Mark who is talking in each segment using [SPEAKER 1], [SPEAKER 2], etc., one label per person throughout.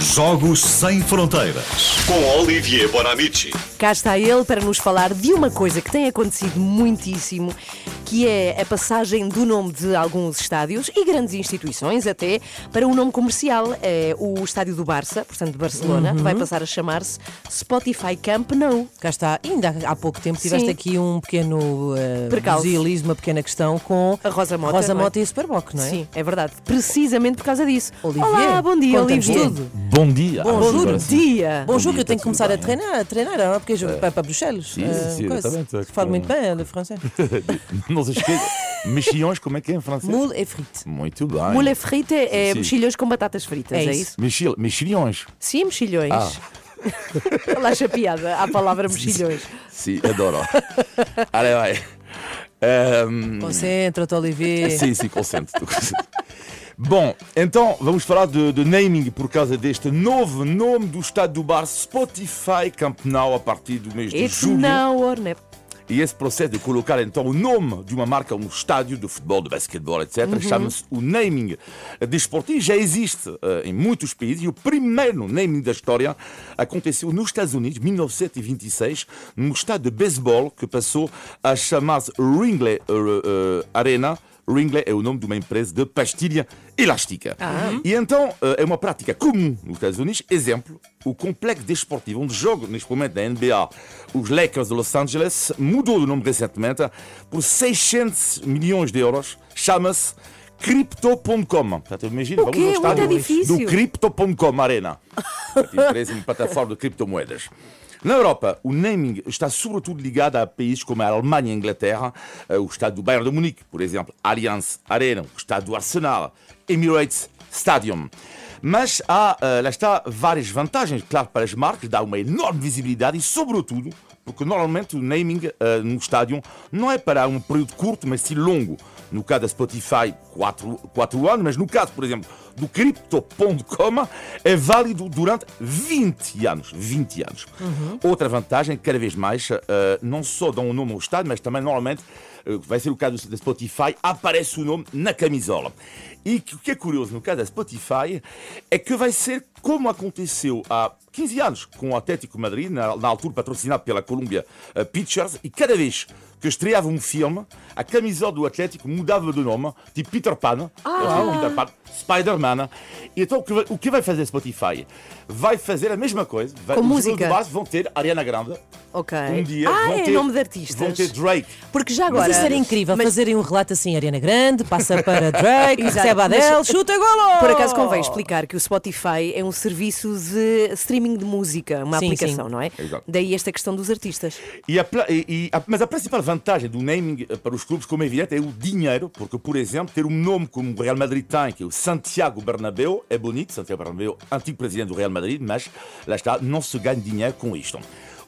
[SPEAKER 1] Jogos Sem Fronteiras com Olivier Bonamici.
[SPEAKER 2] Cá está ele para nos falar de uma coisa que tem acontecido muitíssimo, que é a passagem do nome de alguns estádios e grandes instituições até para um nome comercial. É o estádio do Barça, portanto de Barcelona,
[SPEAKER 3] Uhum.
[SPEAKER 2] vai passar a chamar-se Spotify Camp Nou.
[SPEAKER 3] Cá está, ainda há pouco tempo tiveste
[SPEAKER 2] Sim.
[SPEAKER 3] aqui um pequeno uh,
[SPEAKER 2] Percalço.
[SPEAKER 3] desilismo, uma pequena questão com
[SPEAKER 2] A Rosa Mota, não é?
[SPEAKER 3] e a Superboc, não é?
[SPEAKER 2] Sim, é verdade. Precisamente por causa disso.
[SPEAKER 3] Olivier,
[SPEAKER 2] Olá, bom dia,
[SPEAKER 3] conta-nos
[SPEAKER 2] Olivier.
[SPEAKER 3] tudo.
[SPEAKER 4] Bom dia.
[SPEAKER 3] Bom
[SPEAKER 4] Ah,
[SPEAKER 3] juro.
[SPEAKER 4] agora
[SPEAKER 2] Bom
[SPEAKER 4] sim.
[SPEAKER 2] dia.
[SPEAKER 3] Bom jogo,
[SPEAKER 4] dia,
[SPEAKER 3] eu tenho
[SPEAKER 4] está
[SPEAKER 3] que começar
[SPEAKER 4] tudo
[SPEAKER 3] a treinar, a treinar, não é? porque eu jogo para, para Bruxelas.
[SPEAKER 4] Sim,
[SPEAKER 3] eh,
[SPEAKER 4] sim,
[SPEAKER 3] coisa.
[SPEAKER 4] exatamente.
[SPEAKER 3] Falo muito bem, olha, francês.
[SPEAKER 4] Não se esqueça. Mexilhões, como é que é em francês?
[SPEAKER 3] Moule et frite.
[SPEAKER 4] Muito bem.
[SPEAKER 2] Mulher frita é
[SPEAKER 4] Sim.
[SPEAKER 2] mexilhões com batatas fritas, é,
[SPEAKER 3] É
[SPEAKER 2] isso?
[SPEAKER 3] isso.
[SPEAKER 4] Mexil- Mexilhões.
[SPEAKER 2] Sim, mexilhões. Ela acha piada à palavra mexilhões.
[SPEAKER 4] Ah. Sim, adoro. Olha, vai. Ahm,
[SPEAKER 3] Concentra-te, Olivier.
[SPEAKER 4] Hum. Sim, sim, consente. Bom, então vamos falar de, de naming por causa deste novo nome do estádio do bar Spotify Camp Nou a partir do mês de
[SPEAKER 2] It's
[SPEAKER 4] julho.
[SPEAKER 2] now or never.
[SPEAKER 4] E esse processo de colocar então o nome de uma marca, um estádio de futebol, de basquetebol, etc., chama-se o naming desportivo. Já existe eh, em muitos países e o primeiro naming da história aconteceu nos Estados Unidos, 1926, num estádio de beisebol que passou a chamar-se Ringley eh, eh, Arena. Ringley é o nome de uma empresa de pastilha elástica.
[SPEAKER 2] Ah.
[SPEAKER 4] E então eh, é uma prática comum nos Estados Unidos. Exemplo, o complexo desportivo onde jogam neste momento na NBA os Lakers de Los Angeles mudou de nome recentemente por 600 milhões de euros. Chama-se Crypto.com. Portanto, imagina,
[SPEAKER 2] O
[SPEAKER 4] vamos
[SPEAKER 2] quê?
[SPEAKER 4] ao estádio
[SPEAKER 2] Muito difícil.
[SPEAKER 4] do Crypto.com Arena. Portanto, empresa uma plataforma de criptomoedas. Na Europa, o naming está sobretudo ligado a países como a Alemanha e a Inglaterra, eh, o estádio do Bayern de Munique, por exemplo, Allianz Arena, o estádio do Arsenal, Emirates Stadium. Mas há, eh, lá está, várias vantagens, claro, para as marcas, dá uma enorme visibilidade e, sobretudo, porque normalmente o naming eh, num estádio não é para um período curto, mas sim longo. No caso da Spotify, 4, anos, mas no caso, por exemplo, do Crypto.com, é válido durante 20 anos. 20 anos. Outra vantagem, cada vez mais, eh, não só dão o nome ao estádio, mas também, normalmente, eh, vai ser o caso da Spotify, aparece o nome na camisola. E que- o que é curioso no caso da Spotify é que vai ser como aconteceu há 15 anos com o Atlético de Madrid, na, na altura patrocinado pela Columbia eh, Pictures, e cada vez que estreava um filme, a camisola do Atlético mudava de nome, tipo Peter Pan, ah. Peter Pan Spider-Man. E então o que, vai, o que vai fazer Spotify? Vai fazer a mesma coisa. Vai,
[SPEAKER 2] Com
[SPEAKER 4] os
[SPEAKER 2] música.
[SPEAKER 4] jogadores de base vão ter Ariana Grande,
[SPEAKER 2] Ok.
[SPEAKER 4] um dia
[SPEAKER 2] ah,
[SPEAKER 4] vão
[SPEAKER 2] é nome
[SPEAKER 4] ter,
[SPEAKER 2] de
[SPEAKER 4] vão ter
[SPEAKER 2] artistas.
[SPEAKER 4] Drake.
[SPEAKER 2] Porque já agora.
[SPEAKER 3] Mas isso era incrível, fazerem um relato assim, Ariana Grande, passa para Drake,
[SPEAKER 2] Exato.
[SPEAKER 3] recebe a Adele,
[SPEAKER 2] Mas-
[SPEAKER 3] chuta golo!
[SPEAKER 2] Por acaso
[SPEAKER 4] Oh.
[SPEAKER 2] convém explicar que o Spotify é um serviço de streaming de música, uma
[SPEAKER 3] Sim,
[SPEAKER 2] aplicação,
[SPEAKER 3] sim.
[SPEAKER 2] não é?
[SPEAKER 4] Exato.
[SPEAKER 2] Daí esta questão dos artistas.
[SPEAKER 4] E a pla- e- e a- mas a principal vantagem do naming eh, para os clubes, como é evidente, é o dinheiro, porque, por exemplo, ter um nome como o Real Madrid tem, que é o Santiago Bernabéu, é bonito, Santiago Bernabéu, antigo presidente do Real Madrid, mas lá está, não se ganha dinheiro com isto.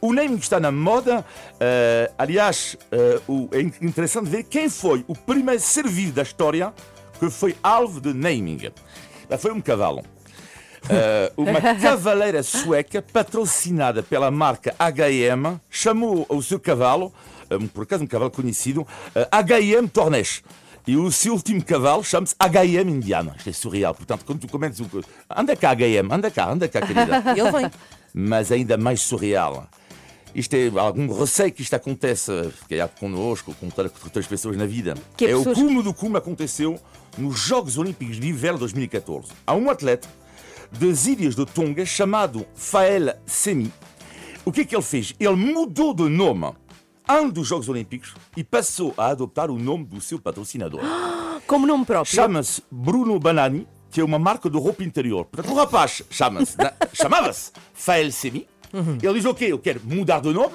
[SPEAKER 4] O naming está na moda, eh, aliás, eh, o- é in- interessante ver quem foi o primeiro serviço da história que foi alvo de naming. Lá Foi um cavalo. Eh, uma cavaleira sueca patrocinada pela marca H&M chamou o seu cavalo, eh, por acaso um cavalo conhecido, eh, H&M Tornês. E o seu último cavalo chama-se H&M Indiana. Isto é surreal. Portanto, quando tu comentas o... Anda cá, H&M, anda cá, anda cá, querida
[SPEAKER 3] E ele vem.
[SPEAKER 4] mas ainda mais surreal. Isto é algum receio que isto acontece, que é connosco, com tal- com outras pessoas na vida.
[SPEAKER 2] Que
[SPEAKER 4] é
[SPEAKER 2] pessoas-
[SPEAKER 4] o cúmulo do cúmulo aconteceu nos Jogos Olímpicos de Inverno 2014. Há um atleta das ilhas de Tonga chamado Fael Semi. O que é que ele fez? Ele mudou de nome antes dos Jogos Olímpicos e passou a adoptar o nome do seu patrocinador.
[SPEAKER 2] Ah, Como nome próprio.
[SPEAKER 4] Chama-se Bruno Banani, que é uma marca de roupa interior. Portanto, o rapaz chama-se, na- chamava-se Fael Semi. Ele diz: Ok, eu quero mudar de nome,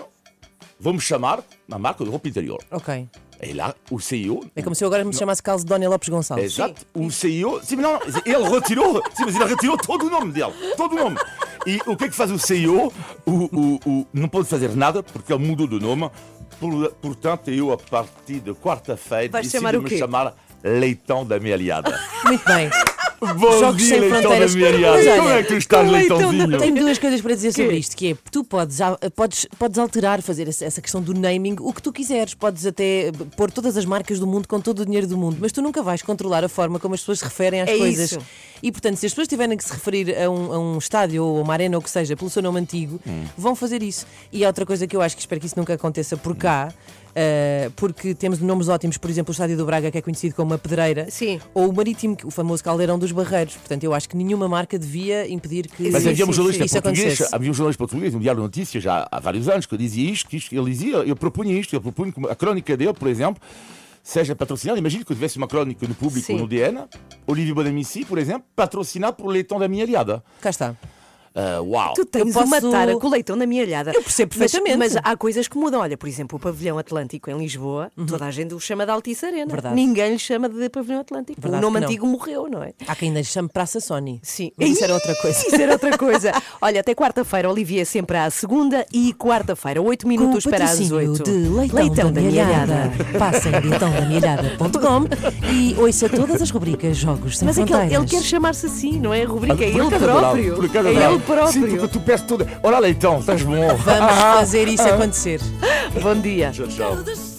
[SPEAKER 4] vamos chamar uma marca de roupa interior.
[SPEAKER 3] Ok.
[SPEAKER 4] E lá o CEO.
[SPEAKER 3] É como se eu agora me chamasse Calcedónia Lopes Gonçalves.
[SPEAKER 4] Exato, o CEO. Sim, mas não, ele retirou. Sim, mas ele retirou todo o nome dele. Todo o nome. E o que é que faz o CEO? O, o- o- não pode fazer nada porque ele mudou de nome. Por- Portanto, eu, a partir de quarta-feira,
[SPEAKER 2] Vai
[SPEAKER 4] decidi
[SPEAKER 2] chamar o
[SPEAKER 4] me
[SPEAKER 2] quê?
[SPEAKER 4] chamar Leitão da minha aliada.
[SPEAKER 3] Muito bem.
[SPEAKER 4] Bom
[SPEAKER 3] Jogos
[SPEAKER 4] dia,
[SPEAKER 3] Sem
[SPEAKER 4] leitão
[SPEAKER 3] Fronteiras.
[SPEAKER 4] da minha área.
[SPEAKER 3] Mas olha,
[SPEAKER 4] Como é que tu estás,
[SPEAKER 2] com leitão da-
[SPEAKER 4] leitãozinho?
[SPEAKER 3] Tenho duas coisas para dizer sobre isto, que é tu podes, al- podes, podes alterar, fazer essa essa questão do naming, o que tu quiseres, podes até pôr todas as marcas do mundo com todo o dinheiro do mundo, mas tu nunca vais controlar a forma como as pessoas se referem às
[SPEAKER 2] É
[SPEAKER 3] coisas.
[SPEAKER 2] isso.
[SPEAKER 3] E portanto, se as pessoas tiverem que se referir a um, a um estádio ou a uma arena ou o que seja pelo seu nome antigo,
[SPEAKER 4] Hum.
[SPEAKER 3] vão fazer isso. E há outra coisa que eu acho que espero que isso nunca aconteça por cá.
[SPEAKER 4] Hum.
[SPEAKER 3] ah, porque temos nomes ótimos, por exemplo, o Estádio do Braga, que é conhecido como a Pedreira,
[SPEAKER 2] Sim.
[SPEAKER 3] ou o Marítimo, que- o famoso Caldeirão dos Barreiros. Portanto, eu acho que nenhuma marca devia impedir que
[SPEAKER 4] Mas
[SPEAKER 2] Sim,
[SPEAKER 4] havia um
[SPEAKER 2] sim,
[SPEAKER 4] jornalista
[SPEAKER 3] isso
[SPEAKER 4] português,
[SPEAKER 3] acontecesse.
[SPEAKER 4] havia um jornalista português, um diário de notícias já há vários anos, que dizia isto, que isto, ele dizia, eu propunha isto, eu propunha que a crónica dele, por exemplo, seja patrocinada. Imagina que eu tivesse uma crónica no público
[SPEAKER 2] Sim.
[SPEAKER 4] ou no DN, Olivier Bonamici, por exemplo, patrocinado por Leitão da minha aliada.
[SPEAKER 3] Cá está.
[SPEAKER 4] Ah, uau!
[SPEAKER 2] Tu tens
[SPEAKER 3] Eu posso-
[SPEAKER 2] uma tara com leitão na minha olhada. Eu
[SPEAKER 3] percebo perfeitamente.
[SPEAKER 2] Mas, há coisas que mudam. Olha, por exemplo, o pavilhão Atlântico em Lisboa, toda a gente o chama de Altice Arena.
[SPEAKER 3] Uhum. Verdade.
[SPEAKER 2] Ninguém lhe chama de pavilhão Atlântico.
[SPEAKER 3] Verdade
[SPEAKER 2] o nome
[SPEAKER 3] que não.
[SPEAKER 2] antigo morreu, não é?
[SPEAKER 3] Há quem ainda chame Praça Sony.
[SPEAKER 2] Sim.
[SPEAKER 3] Mas isso era outra coisa.
[SPEAKER 2] Isso era outra coisa. Olha, até quarta-feira, Olivier, sempre à segunda e quarta-feira, 8 minutos
[SPEAKER 3] Com o
[SPEAKER 2] para as
[SPEAKER 3] patrocínio
[SPEAKER 2] 8.
[SPEAKER 3] de Leitão, da, Milhada. Passem leitãodamilhada.com e ouça todas as rubricas Jogos Sem
[SPEAKER 2] Mas é que
[SPEAKER 3] Fronteiras.
[SPEAKER 2] ele, ele quer chamar-se assim, não é? A
[SPEAKER 4] Ah,
[SPEAKER 2] rubrica é
[SPEAKER 4] por
[SPEAKER 2] ele
[SPEAKER 4] acaso adorava,
[SPEAKER 2] próprio.
[SPEAKER 4] por acaso
[SPEAKER 2] é
[SPEAKER 4] adorava.
[SPEAKER 2] ele
[SPEAKER 4] Sim,
[SPEAKER 2] próprio.
[SPEAKER 4] porque tu peças tudo. Olá, Leitão, estás bom.
[SPEAKER 3] Vamos fazer isso acontecer.
[SPEAKER 2] Bom dia.
[SPEAKER 4] Tchau, tchau.
[SPEAKER 5] the